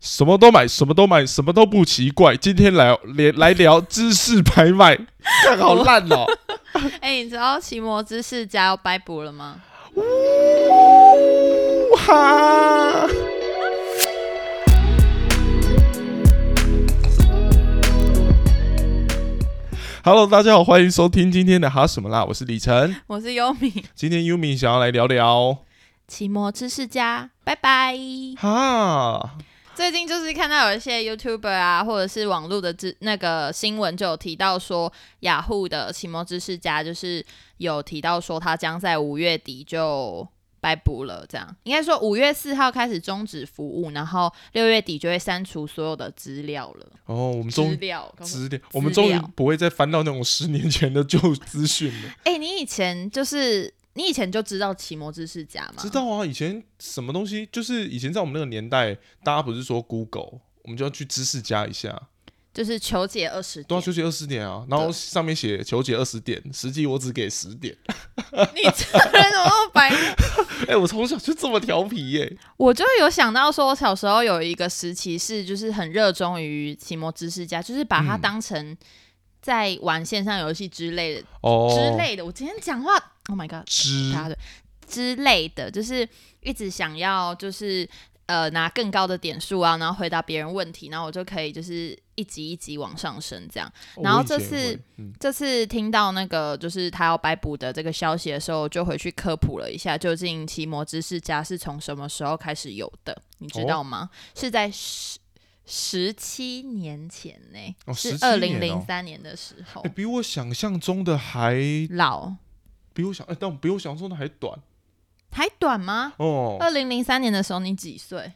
什么都买，什么都买，什么都不奇怪。今天来连来聊知识拍 卖，看好烂哦、 哎、你知道奇摩知识家要掰补了吗？呜哈！Hello，大家好，欢迎收听今天的哈什么啦，我是李晨。我是优米，今天 Yumi 想要来聊聊 奇摩知识家，拜拜。哈，最近就是看到有一些 YouTuber 啊，或者是网络的知那个新闻就有提到说，雅虎的奇摩知识家就是有提到说，它将在五月底就掰补了，这样应该说五月四号开始终止服务，然后六月底就会删除所有的资料了。哦，我们终资于料，资料，我们终于料不会再翻到那种十年前的旧资讯了。哎、你以前就是你以前就知道奇摩知识家吗？知道啊，以前什么东西，就是以前在我们那个年代，大家不是说 Google，我们就要去知识加一下，就是求解二十都要点。求解二十点啊，然后上面写求解二十点，实际我只给十点。你这个人怎么那么白目？ 哎、我从小就这么调皮耶、 我就有想到说，我小时候有一个时期是就是很热衷于奇摩知识家，就是把它嗯当成在玩线上游戏之类的、哦，之类的。我今天讲话，Oh my god，之答对之类的，就是一直想要就是。呃，拿更高的点数啊，然后回答别人问题，然后我就可以就是一级一级往上升这样。哦然后我以前这次也会嗯，这次听到那个就是他要逮捕的这个消息的时候，我就回去科普了一下，究竟奇摩知识家是从什么时候开始有的，你知哦道吗？是在十十七年前呢、哦是二17零年零哦三年的时候。哎、比我想象中的还老比我想，哎、但比我想象中的还短还短吗？哦。二零零三年的时候你几岁？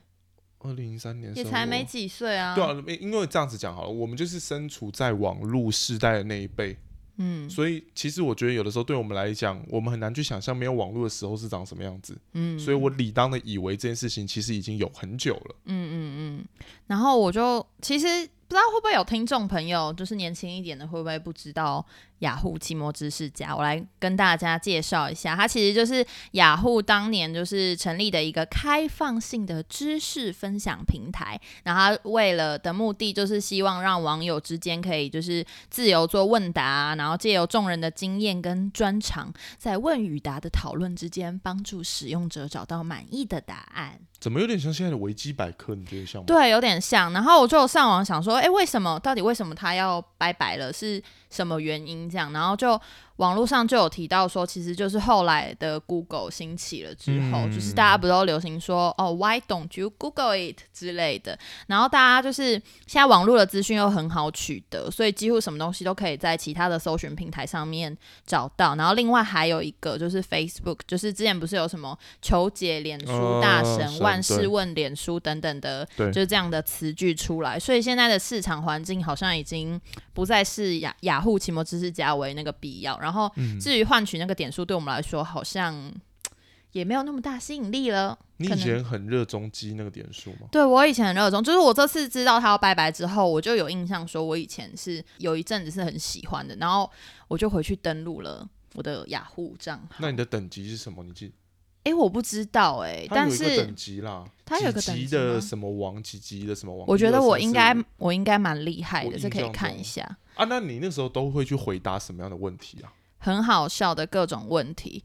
二零零三年也生才我没几岁啊。对啊，没因为这样子讲好了，我们就是身处在网络世代的那一辈，嗯所以其实我觉得有的时候对我们来讲，我们很难去想象没有网络的时候是长什么样子。嗯，所以我理当的以为这件事情其实已经有很久了。嗯嗯嗯，然后我就其实不知道会不会有听众朋友，就是年轻一点的，会不会不知道雅虎奇摩知识家？我来跟大家介绍一下，它其实就是雅虎当年就是成立的一个开放性的知识分享平台。然后它为了的目的就是希望让网友之间可以就是自由做问答啊，然后借由众人的经验跟专长，在问与答的讨论之间，帮助使用者找到满意的答案。怎么有点像现在的维基百科？你觉得像吗？对，有点像。然后我就有上网想说，哎，为什么？到底为什么他要拜拜了？是什么原因？这样，然后就网络上就有提到说，其实就是后来的 Google 兴起了之后，嗯就是大家不都流行说，哦，Why don't you Google it 之类的。然后大家就是现在网络的资讯又很好取得，所以几乎什么东西都可以在其他的搜寻平台上面找到。然后另外还有一个就是 Facebook，就是之前不是有什么求解脸书大哦神、神万事对问脸书等等的，对就是这样的词句出来。所以现在的市场环境好像已经不再是雅雅虎奇摩知识家为那个必要。然后嗯，至于换取那个点数，对我们来说好像也没有那么大吸引力了。你可以能前很热衷记那个点数吗？对我以前很热衷，就是我这次知道他要拜拜之后，我就有印象说，我以前是有一阵子是很喜欢的，然后我就回去登录了我的雅虎账号。那你的等级是什么？你记？诶，我不知道诶，它但有一个是等级啦，它有一个几等级级吗的什么王，几级的什么王。我觉得我12345应该我应该蛮厉害我的，印这可以象看中一下。啊，那你那时候都会去回答什么样的问题啊？很好笑的各种问题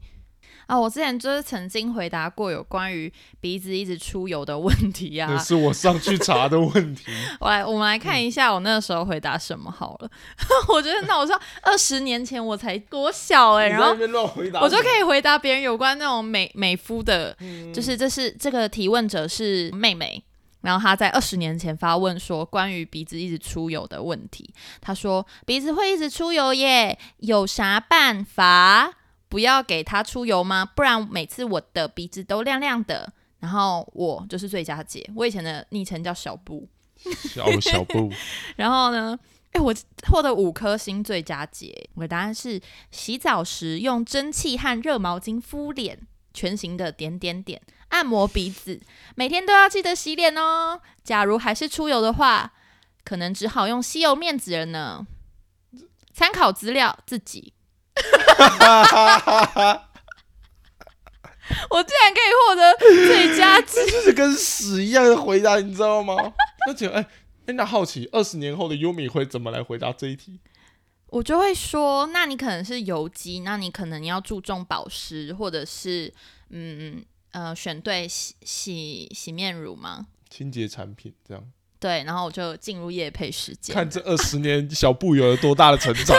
啊！我之前就是曾经回答过有关于鼻子一直出油的问题那啊。是嗯我上去查的问 题。我来，我们来看一下我那时候回答什么好了。 我觉得那我说二十年前我才国小哎、你在然后那边乱回答什么，嗯我就可以回答别人有关那种美美肤的，以就是这是这个提问者是妹妹，然后她在二十年前发问说关于鼻子一直出油的问题，她说鼻子会一直出油耶，有啥办法？不要给它出油吗？不然每次我的鼻子都亮亮的。然后我就是最佳姐，我以前的昵称叫小布。 小小布。 然后呢，哎，我获得五颗星最佳解，我的答案是洗澡时用蒸汽和热毛巾敷脸，全形的点点点，按摩鼻子，每天都要记得洗脸哦。假如还是出油的话，可能只好用吸油面纸了呢。参考资料自己。我竟然可以获得最佳解 这就是跟屎一样的回答，你知道吗？ 那请问哎哎，那好奇二十年后的优米会怎么来回答这一题？我就会说，那你可能是游击，那你可能要注重保湿，或者是嗯呃选对洗洗洗面乳嘛。清洁产品这样，对，然后我就进入夜配时间。看这二十年小布有了多大的成 长。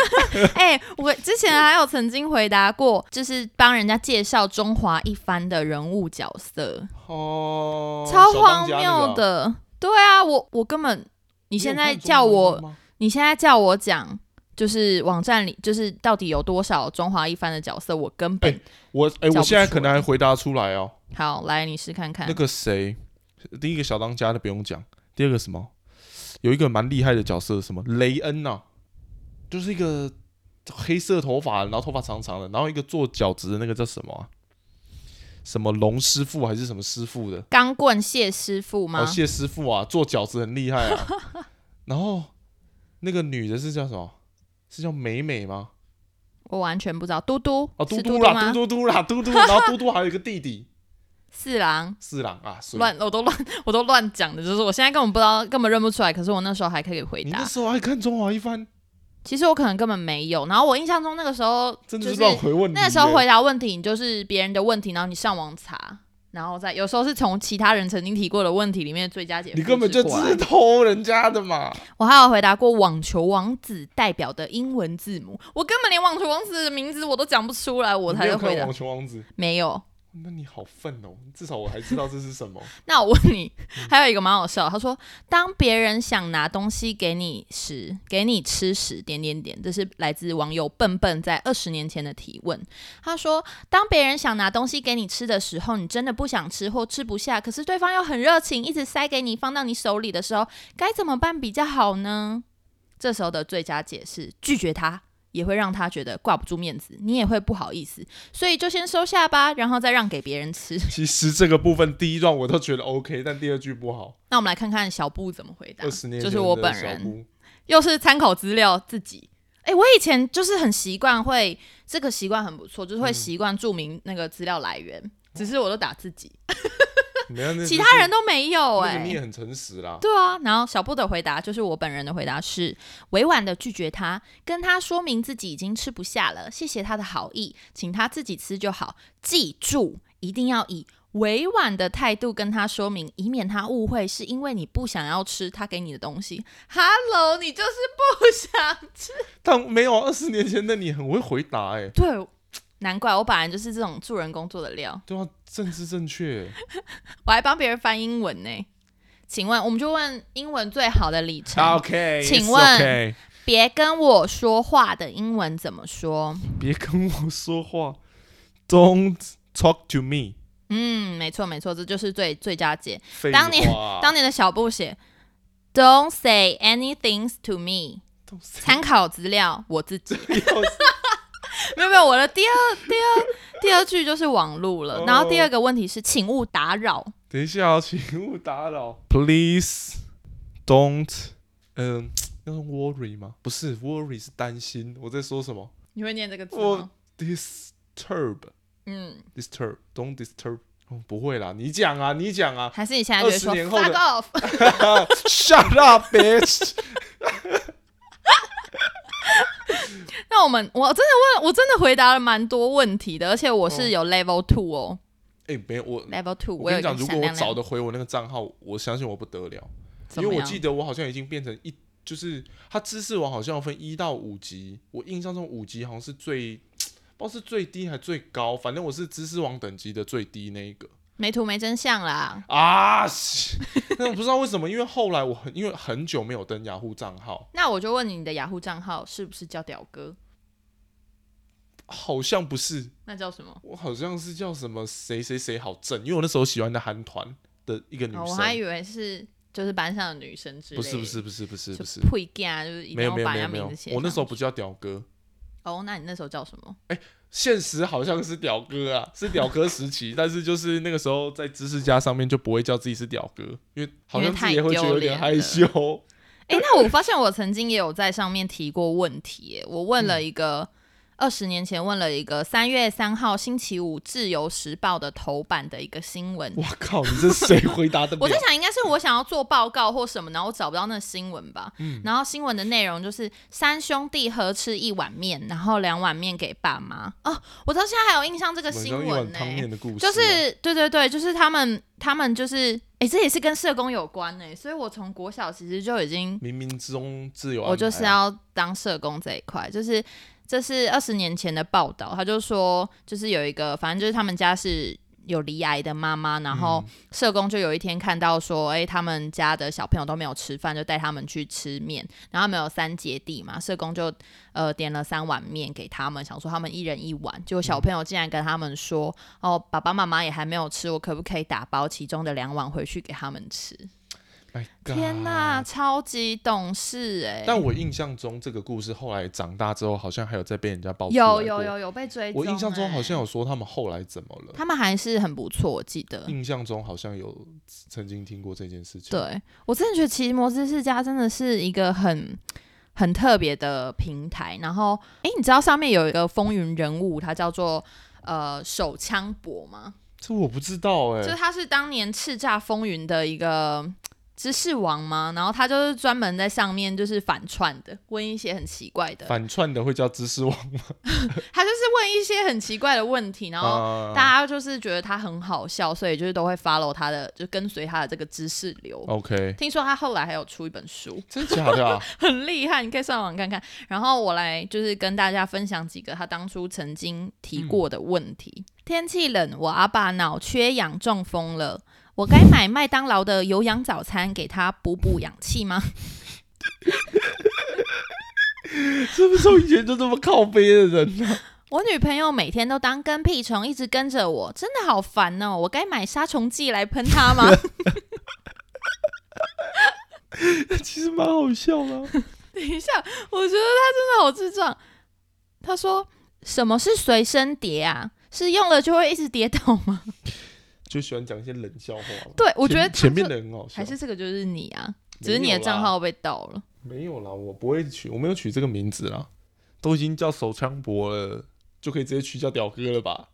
哎、我之前还有曾经回答过，就是帮人家介绍中华一番的人物角色，哦，超小荒当家那个谬啊。的。对啊，我我根本，你你现有在看中叫文我的吗你现在叫我讲，就是网站里，就是到底有多少中华一番的角色，我根本、我哎、叫我不现在出可能来还回答出来哦。好来，你试看看。那个谁，第一个小当家的不用讲，第二个什么，有一个蛮厉害的角色，什么雷恩呐、就是一个黑色头发，然后头发长长的，然后一个做饺子的那个叫什么啊、什么龙师傅还是什么师傅的？钢棍谢师傅吗？哦，谢师傅啊，做饺子很厉害 啊。然后那个女的是叫什么？是叫美美吗？我完全不知道。嘟嘟啊，嘟是嘟嘟啦，吗？嘟嘟嘟啦，嘟嘟，然后嘟嘟还有一个弟弟四郎四郎啊，所以 乱，我都乱，我都乱讲的，就是我现在根本不知道，根本认不出来。可是我那时候还可以回你那答，时候还看中华一番，其实我可能根本没有。然后我印象中那个时候真就的是是乱回问你耶。那时候回答问题，你就是别人的问题，然后你上网查，然后再有时候是从其他人曾经提过的问题里面最佳解。你根本就只过来是偷人家的嘛！我还有回答过网球王子代表的英文字母，我根本连网球王子的名字我都讲不出来，我你才没会啊有回看答网。球王子，没有。那你好愤哦！至少我还知道这是什么。那我问你，还有一个蛮好笑的，他说，当别人想拿东西给你时，给你吃时，点点点，这是来自网友笨笨在二十年前的提问。他说，当别人想拿东西给你吃的时候，你真的不想吃或吃不下，可是对方又很热情，一直塞给你，放到你手里的时候，该怎么办比较好呢？这时候的最佳解释，拒绝他。也会让他觉得挂不住面子，你也会不好意思，所以就先收下吧，然后再让给别人吃。其实这个部分第一段我都觉得 OK，但第二句不好。那我们来看看小布怎么回答二十年，啊就前是我的本小人，姑，又是参考资料自己。哎、我以前就是很习惯会这个习惯很不错，就是嗯会习惯注明那个资料来源，只是我都打自己，没有那 其那他是人都没有那哎、个你也很诚实啦。对啊，然后小布的回答就是我本人的回答是委婉的拒绝他，跟他说明自己已经吃不下了，谢谢他的好意，请他自己吃就好。记住，一定要以委婉的态度跟他说明，以免他误会是因为你不想要吃他给你的东西。Hello，你就是不想吃。但没有二十年前的你很会回答哎、对，难怪我本来就是这种助人工作的料。对啊，政治正 确、我还帮别人翻英文呢。请问，我们就问英文最好的里程， OK，请问别跟我说话的英文怎么说？别跟我说话，Don't talk to me。嗯，没错没错，这就是最最佳解。废当年话当年的小布写，Don't say anything to me。都是参考资料我自己，要死没有没有，我的第二第二第二句就是网路了。哦然后第二个问题是，请勿打扰。等一下、哦，请勿打扰。Please don't，嗯、要用 worry 吗？不是，worry 是担心。我在说什么你会念这个字我吗？ ？Disturb，disturb，don't 嗯， disturb。哦，不会啦，你讲啊，你讲 啊。还是你现在就说20年后的 fuck off？ Shut up, bitch！那我们我真的问，我真的回答了蛮多问题的，而且我是有 level two 哦哎、没有我， ，level two 我有跟一你讲，如果个闪我亮找亮的，得回我那个账号，我相信我不得了，怎因么为我样记得我好像已经变成一，就是它知识网好像有分一到五级，我印象中五级好像是最，不知道是最低还是最高，反正我是知识网等级的最低那一个。没图没真相啦。啊，是那我不知道为什么，因为后来我很因为很久没有登雅虎账号，那我就问你，你的雅虎账号是不是叫屌哥？好像不是，那叫什么？我好像是叫什么谁谁谁好正，因为我那时候喜欢的韩团的一个女哦，生，我还以为是就是班上的女生之类不的。是不是不是不是就不是，配干就是一定没要有没有把没人家有没有名字写，上。我那时候不叫屌哥，哦，那你那时候叫什么？现实好像是屌哥啊， 是屌哥时期，但是就是那个时候在知识家上面就不会叫自己是屌哥，因为好因为像自己也太会觉得丢有点脸害了羞。 嗯哎、那我发现我曾经也有在上面提过问题耶，我问了一个、二十年前问了一个三月三号星期五《自由时报》的头版的一个新闻。我靠，你这谁回答的？ 我在想，应该是我想要做报告或什么，然后我找不到那新闻吧。嗯然后新闻的内容就是三兄弟合吃一碗面，然后两碗面给爸妈。哦，我到现在还有印象这个晚新上一碗闻呢、欸汤面的故事啊，就是对对对，就是他们他们就是，哎、这也是跟社工有关呢、所以我从国小其实就已经，冥冥之中自有安排啊。我就是要当社工这一块，就是这是二十年前的报道，他就说就是有一个，反正就是他们家是。有离癌的妈妈，然后社工就有一天看到说，哎、他们家的小朋友都没有吃饭，就带他们去吃面。然后他们有三姐弟嘛，社工就呃点了三碗面给他们，想说他们一人一碗。结果小朋友竟然跟他们说，哦，爸爸妈妈也还没有吃，我可不可以打包其中的两碗回去给他们吃？ My God 天呐，！超级懂事哎、哎但我印象中这个故事后来长大之后，好像还有再被人家爆出有来有过。有有被追踪、欸我印象中好像有，有说他们后来怎么了。他们还是很不错，我记得。印象中好像有曾经听过这件事情。，对我真的觉得《奇摩知识家》真的是一个很很特别的平台。然后，哎，你知道上面有一个风云人物，他叫做呃手枪伯吗？这我不知道哎、就是他是当年叱咤风云的一个嗯知识王嘛，然后他就是专门在上面就是反串的，问一些很奇怪的，反串的会叫知识王他就是问一些很奇怪的问题，然后啊大家就是觉得他很好笑，所以就是都会 follow 他的，就跟随他的这个知识流。 OK，听说他后来还有出一本书，真假的啊？很厉害，你可以上网看看。然后我来就是跟大家分享几个他当初曾经提过的问题：天气冷，我阿爸脑缺氧中风了，我该买麦当劳的有氧早餐给他补补氧气吗？ 是不是从以前就 这么靠背的人呢、我女朋友每天都当跟屁虫，一直跟着我，真的好烦哦！我该买杀虫剂来喷它吗？其实蛮好笑的 啊、 等一下，我觉得他真的好智障。他说：“什么是随身碟啊？是用了就会一直跌倒 吗就喜欢讲一些冷笑话嘛。对我觉得前他前面就的很好笑，还是这个就是你啊？没只是你的有啦账号被盗了。没有啦，我不会取，我没有取这个名字啦，都已经叫手枪伯了，就可以直接取叫屌哥了吧？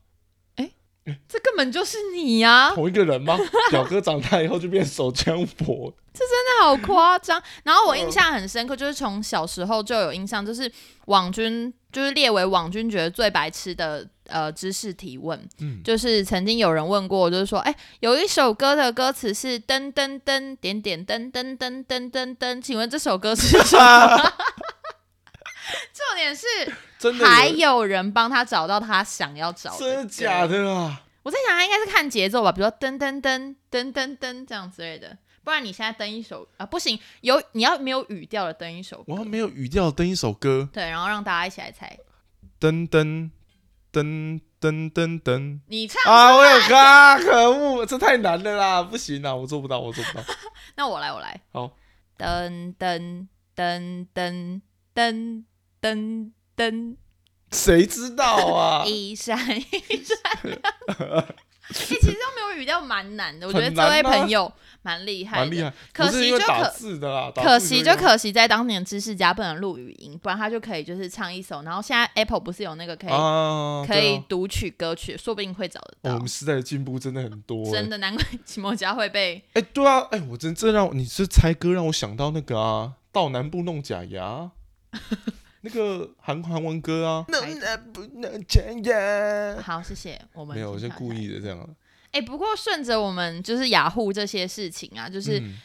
这根本就是你呀、啊！同一个人吗？ 屌哥长大以后就变手枪 伯，真的好夸张。然后我印象很深刻，就是从小时候就有印象，就是网军就是列为网军觉得最白痴的呃知识提问，嗯就是曾经有人问过，就是说，哎、有一首歌的歌词是噔噔噔点点噔噔噔噔噔噔，请问这首歌是什么？ 重点是真的还有有人帮他找到他想要找的真的歌假的啊？我在想他应该是看节奏吧，比如说噔噔噔噔噔噔这样之类的。不然你现在登一首啊，不行，有你要没有语调的登一首歌我要没有语调登一首歌，对，然后让大家一起来猜。噔噔噔噔噔噔。你唱，啊！我有咖，可恶，这太难了啦，不行啊啦，我做不到，我做不到。那我来，我来。好，噔噔噔噔噔噔噔，谁知道 啊？一闪 一闪亮。哎、其实都没有语调，蛮难的。我觉得很这难位吗朋友蛮厉害，蛮厉。害，可不是惜因为就打可字的啦，打字可惜有就一个可惜，在当年知识家不能录语音，不然他就可以就是唱一首。然后现在 Apple 不是有那个可以、啊，可以对啊读取歌曲，说不定会找得哦我到。们时代的进步真的很多、欸，真的，难怪奇摩家会被哎、对啊，哎、我真这让我你是猜歌让我想到那个啊，到南部弄假牙， 那个韩韩文歌啊，弄南部弄假牙，好，谢谢我们没有，我检是查一下故。意的这样啊，哎、不过顺着我们就是雅虎这些事情啊，就是、嗯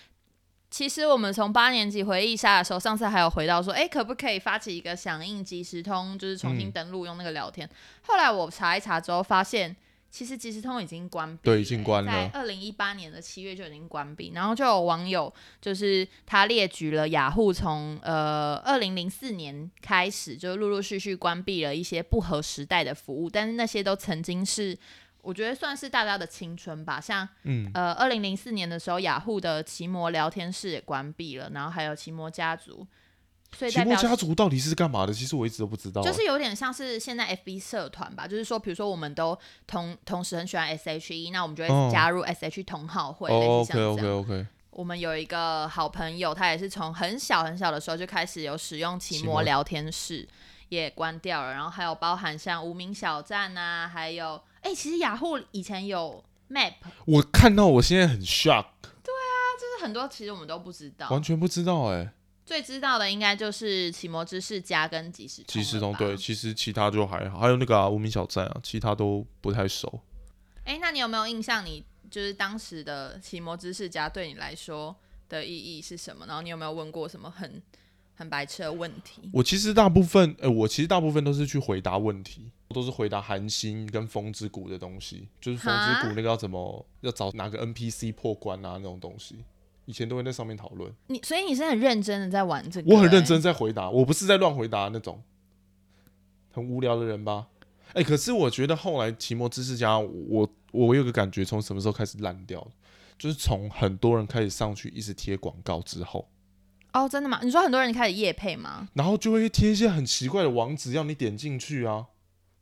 其实我们从八年级回忆杀的时候，上次还有回到说，哎、可不可以发起一个响应即时通，就是重新嗯登录用那个聊天。后来我查一查之后，发现其实即时通已经关闭了，对已经关了在二零一八年的七月就已经关闭。然后就有网友就是他列举了雅虎从呃二零零四年开始就陆陆续续关闭了一些不合时代的服务，但是那些都曾经是。我觉得算是大家的青春吧，像嗯，呃，二零零四年的时候，雅虎的奇摩聊天室也关闭了，然后还有奇摩家族，所以奇代摩表家族哦到底是干嘛的？其实我一直都不知道、啊就是有点像是现在 FB 社团吧，就是说，比如说我们都同同时很喜欢 SHE，那我们就哦会加入 SHE 同好会，哦类似像，OK 这样。啊 OK OK，我们有一个好朋友，他也是从很小很小的时候就开始有使用奇奇摩摩聊天室，也关掉了，然后还有包含像无名小站啊，还有哎、其实雅虎以前有 Map，我看到我现在很 shock，哦就是很多其实我们都不知道，完全不知道哎、最知道的应该就是奇摩知识加跟即时即时通了吧对，。其实其他就还好，还有那个啊无名小站啊，其他都不太熟。哎、那你有没有印象你？就是当时的奇摩知识加对你来说的意义是什么？然后你有没有问过什么很很白痴的问题？我其实大部分，哎、我其实大部分都是去回答问题，都是回答韩星跟风之谷的东西，就是风之哈谷那个要怎么要找哪个 NPC 破关啊那种东西，以前都会在上面讨论。你所以你是很认真的在玩这个、我很认欸真在回答，我不是在乱回答那种很无聊的人吧？哎、可是我觉得后来奇摩知识家，我我有个感觉，从什么时候开始烂掉的就是从很多人开始上去一直贴广告之后，哦，真的吗？你说很多人开始夜配吗？然后就会贴一些很奇怪的网址要你点进去啊，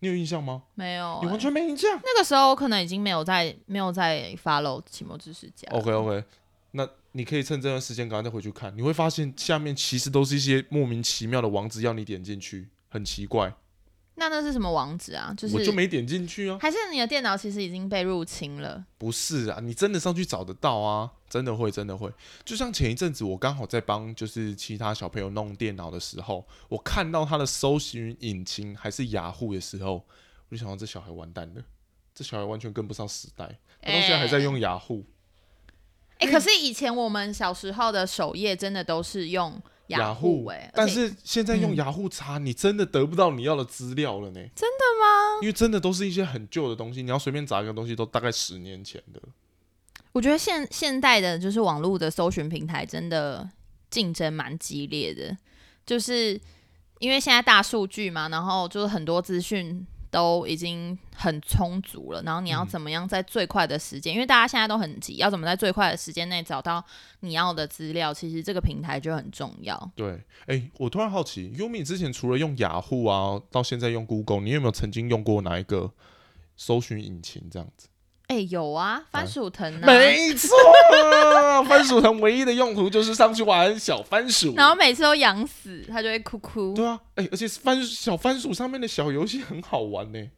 你有印象吗？没有你欸、完全没印象。那个时候可能已经没有在没有在 follow 奇摩知识家。 OK 哦 OK，那你可以趁这段时间赶快再回去看，你会发现下面其实都是一些莫名其妙的网址要你点进去，很奇怪，那那是什么网址啊？就是我就没点进去啊。还是你的电脑其实已经被入侵了？不是啊，你真的上去找得到啊，真的会，真的会。就像前一阵子我刚好在帮就是其他小朋友弄电脑的时候，我看到他的搜寻引擎还是雅虎的时候，我就想到这小孩完蛋了，这小孩完全跟不上时代，他到现在还在用雅虎、哎、可是以前我们小时候的首页真的都是用雅虎哎、而且但是现在用嗯雅虎查，你真的得不到你要的资料了呢。真的吗？因为真的都是一些很旧的东西，你要随便找一个东西都大概十年前的了。我觉得现现代的就是网络的搜寻平台真的竞争蛮激烈的，就是因为现在大数据嘛，然后就是很多资讯都已经很充足了，然后你要嗯怎么样在最快的时间，因为大家现在都很急，要怎么在最快的时间内找到你要的资料，其实这个平台就很重要。对，哎、我突然好奇，Yumi 之前除了用雅虎啊，到现在用 Google，你有没有曾经用过哪一个搜寻引擎这样子？哎、有啊，番薯藤啊。没错，啊番薯藤唯一的用途就是上去玩小番薯。然后每次都痒死，他就会哭哭。对啊，哎、而且番小番薯上面的小游戏很好玩呢、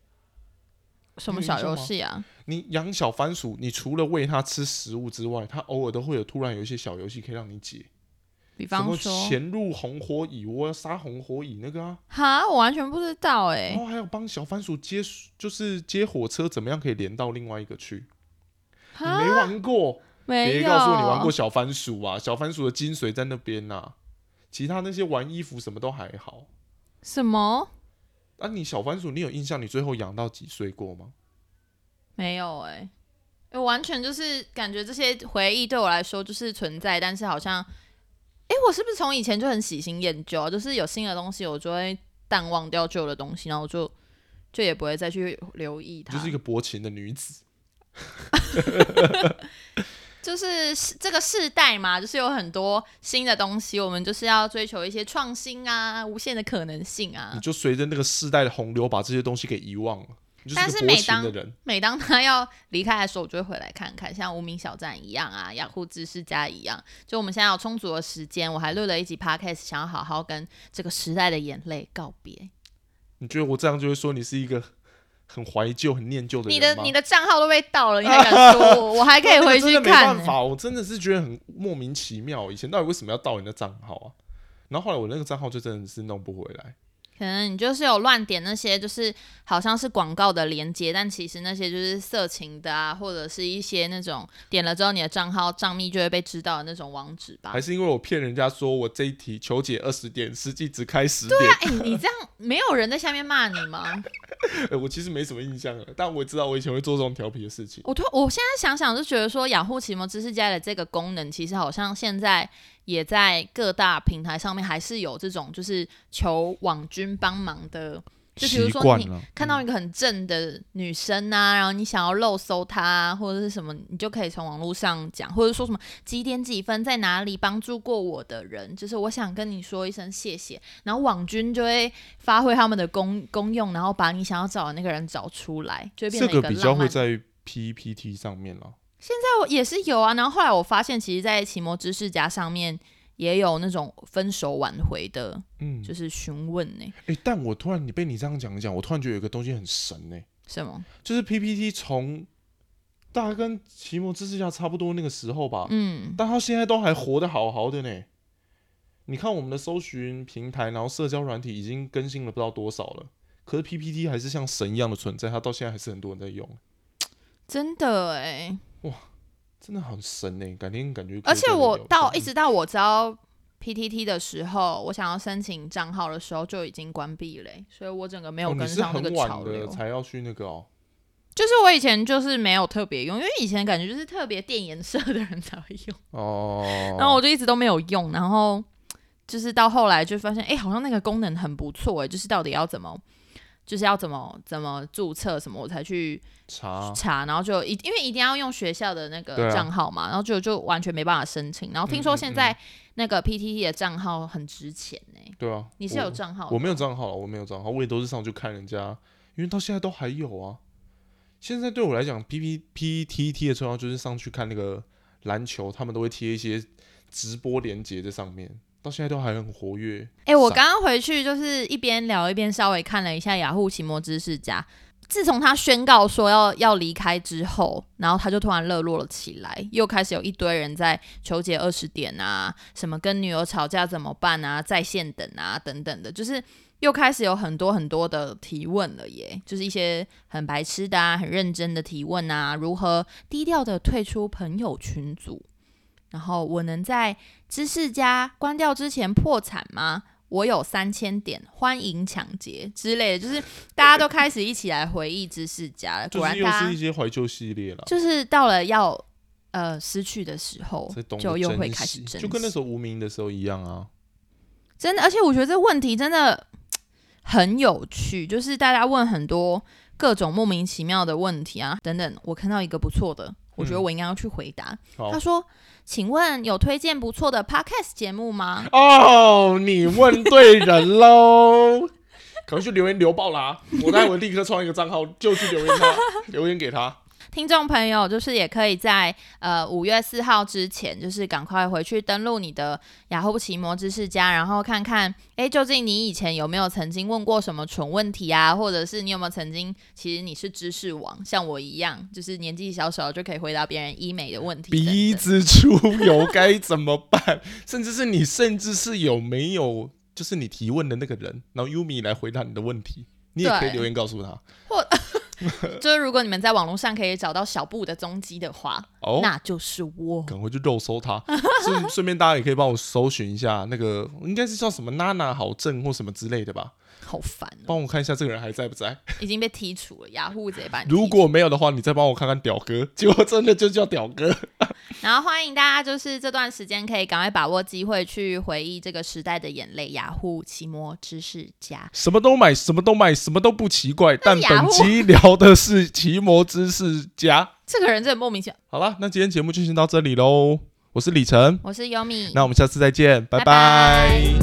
什么小游戏啊？你养小番薯，你除了喂它吃食物之外，它偶尔都会有突然有一些小游戏可以让你解，比什方么说，潜入红火蚁窝、杀红火蚁那个啊，哈，我完全不知道哎、然后还有帮小番薯接，就是接火车怎么样可以连到另外一个去。你哈，没玩过，啊没别有。告诉我你玩过小番薯啊！小番薯的精髓在那边呐、其他那些玩衣服什么都还好。什么？那、你小番薯，你有印象你最后养到几岁过吗？没有哎、我完全就是感觉这些回忆对我来说就是存在，但是好像，哎、我是不是从以前就很喜新厌旧啊？就是有新的东西，我就会淡忘掉旧的东西，然后我就就也不会再去留意它。你就是一个薄情的女子。就是世这个世代嘛，就是有很多新的东西，我们就是要追求一些创新啊，无限的可能性啊你。就随着那个世代的洪流，把这些东西给遗忘了。你就是但个是薄每情当的人，每当他要离开的时候，我就会回来看看，像无名小站一样啊，雅虎知识家一样。就我们现在有充足的时间，我还录了一集 podcast，想要好好跟这个时代的眼泪告别。你觉得我这样就会说你是一个很怀旧、很念旧的你人的吗？你的账号都被盗了，你还敢说 我？我还可以那个回真去的没看、欸办法，我真的是觉得很莫名其妙。以前到底为什么要盗人家账号啊？然后后来我那个账号就真的是弄不回来。可能你就是有乱点那些，就是好像是广告的连接，但其实那些就是色情的啊，或者是一些那种点了之后你的账号账密就会被知道的那种网址吧还。是因为我骗人家说我这一题求解二十点，实际只开十点。 哎、你这样没有人在下面骂你吗？哎我其实没什么印象了，但我知道我以前会做这种调皮的事情。我突我现在想想就觉得说，雅虎奇摩知识家的这个功能，其实好像现在也在各大平台上面还是有这种就是求网军帮忙的，就比如说你了，嗯看到一个很正的女生啊，然后你想要漏搜她、啊、或者是什么，你就可以从网络上讲，或者说什么几点几分在哪里帮助过我的人，就是我想跟你说一声谢谢。然后网军就会发挥他们的功功用，然后把你想要找的那个人找出来，就会变这成一个个比较浪会漫。在 PPT 上面了。哦在我也是有啊，然后后来我发现，其实，在奇摩知识家上面也有那种分手挽回的，嗯，就是询问呢、哎、但我突然你被你这样讲一讲，我突然觉得有个东西很神呢、欸什么？就是 PPT 从大概跟奇摩知识家差不多那个时候吧，嗯，但他现在都还活得好好的呢。你看我们的搜寻平台，然后社交软体已经更新了不知道多少了，可是 PPT 还是像神一样的存在，它到现在还是很多人在用，真的哎、真的很神呢、改天感觉可以而且再我聊到嗯一直到我知道 PTT 的时候，我想要申请账号的时候就已经关闭了欸、所以我整个没有哦你跟是上那个很潮晚流。的才要去那个哦，就是我以前就是没有特别用，因为以前感觉就是特别电颜色的人才会用，哦，然后我就一直都没有用，然后就是到后来就发现，哎、好像那个功能很不错，哎，就是到底要怎么，就是要怎么怎么注册什么，我才去查查，然后就一因为一定要用学校的那啊对个啊账号嘛，然后就就完全没办法申请。然后听嗯说嗯现在那个 PTT 的账号很值钱呢、对啊，你是有账号的我？我没有账号，我没有账号，我也都是上去看人家，因为到现在都还有啊。现在对我来讲，P P P T T 的重要就是上去看那个篮球，他们都会贴一些直播连接在上面，到现在都还很活跃。哎、我傻刚刚回去就是一边聊一边稍微看了一下雅虎奇摩知识家。自从他宣告说要要离开之后，然后他就突然热络了起来，又开始有一堆人在求解二十点啊，什么跟女友吵架怎么办啊，在线等啊等等的，就是又开始有很多很多的提问了耶，就是一些很白痴的啊，很认真的提问啊，如何低调的退出朋友群组，然后我能在知识家关掉之前破产吗？我有三千点，欢迎抢劫之类的，就是大家都开始一起来回忆知识家了。就果然是又大是一家些怀旧系列啦，就是到了要呃失去的时候才，懂得就又会珍开始惜珍就跟那惜。时候无名的时候一样啊。真的，而且我觉得这问题真的很有趣，就是大家问很多各种莫名其妙的问题啊等等。我看到一个不错的，我觉得嗯我应该要去回答。好他说：“请问有推荐不错的 podcast 节目吗？”哦，你问对人喽， 可能去留言留爆啦、我待会立刻创一个账号就去留言他， 留言给他。听众朋友，就是也可以在呃五月四号之前，就是赶快回去登录你的雅虎奇摩知识家，然后看看，诶，究竟你以前有没有曾经问过什么蠢问题啊，或者是你有没有曾经，其实你是知识王，像我一样，就是年纪小小就可以回答别人医美的问题等等鼻子出油该怎么办？甚至是你，甚至是有没有就是你提问的那个人，然后 Yumi 来回答你的问题，你也可以对留言告诉他。就是如果你们在网络上可以找到小布的踪迹的话，哦，那就是我。赶快去肉搜他。顺顺便大家也可以帮我搜寻一下那个，应该是叫什么娜娜好正或什么之类的吧？好烦哦，帮我看一下这个人还在不在。已经被剔除了，雅虎直接把你剔除如果没有的话，你再帮我看看屌哥。结果真的就叫屌哥。然后欢迎大家，就是这段时间可以赶快把握机会去回忆这个时代的眼泪。雅虎奇摩知识家，什么都买，什么都卖，什么都不奇怪。但是雅本虎集聊的是奇摩知识家。这个人真的莫名其妙。好了，那今天节目就先到这里喽。我是李晨，我是优米，那我们下次再见，拜拜拜拜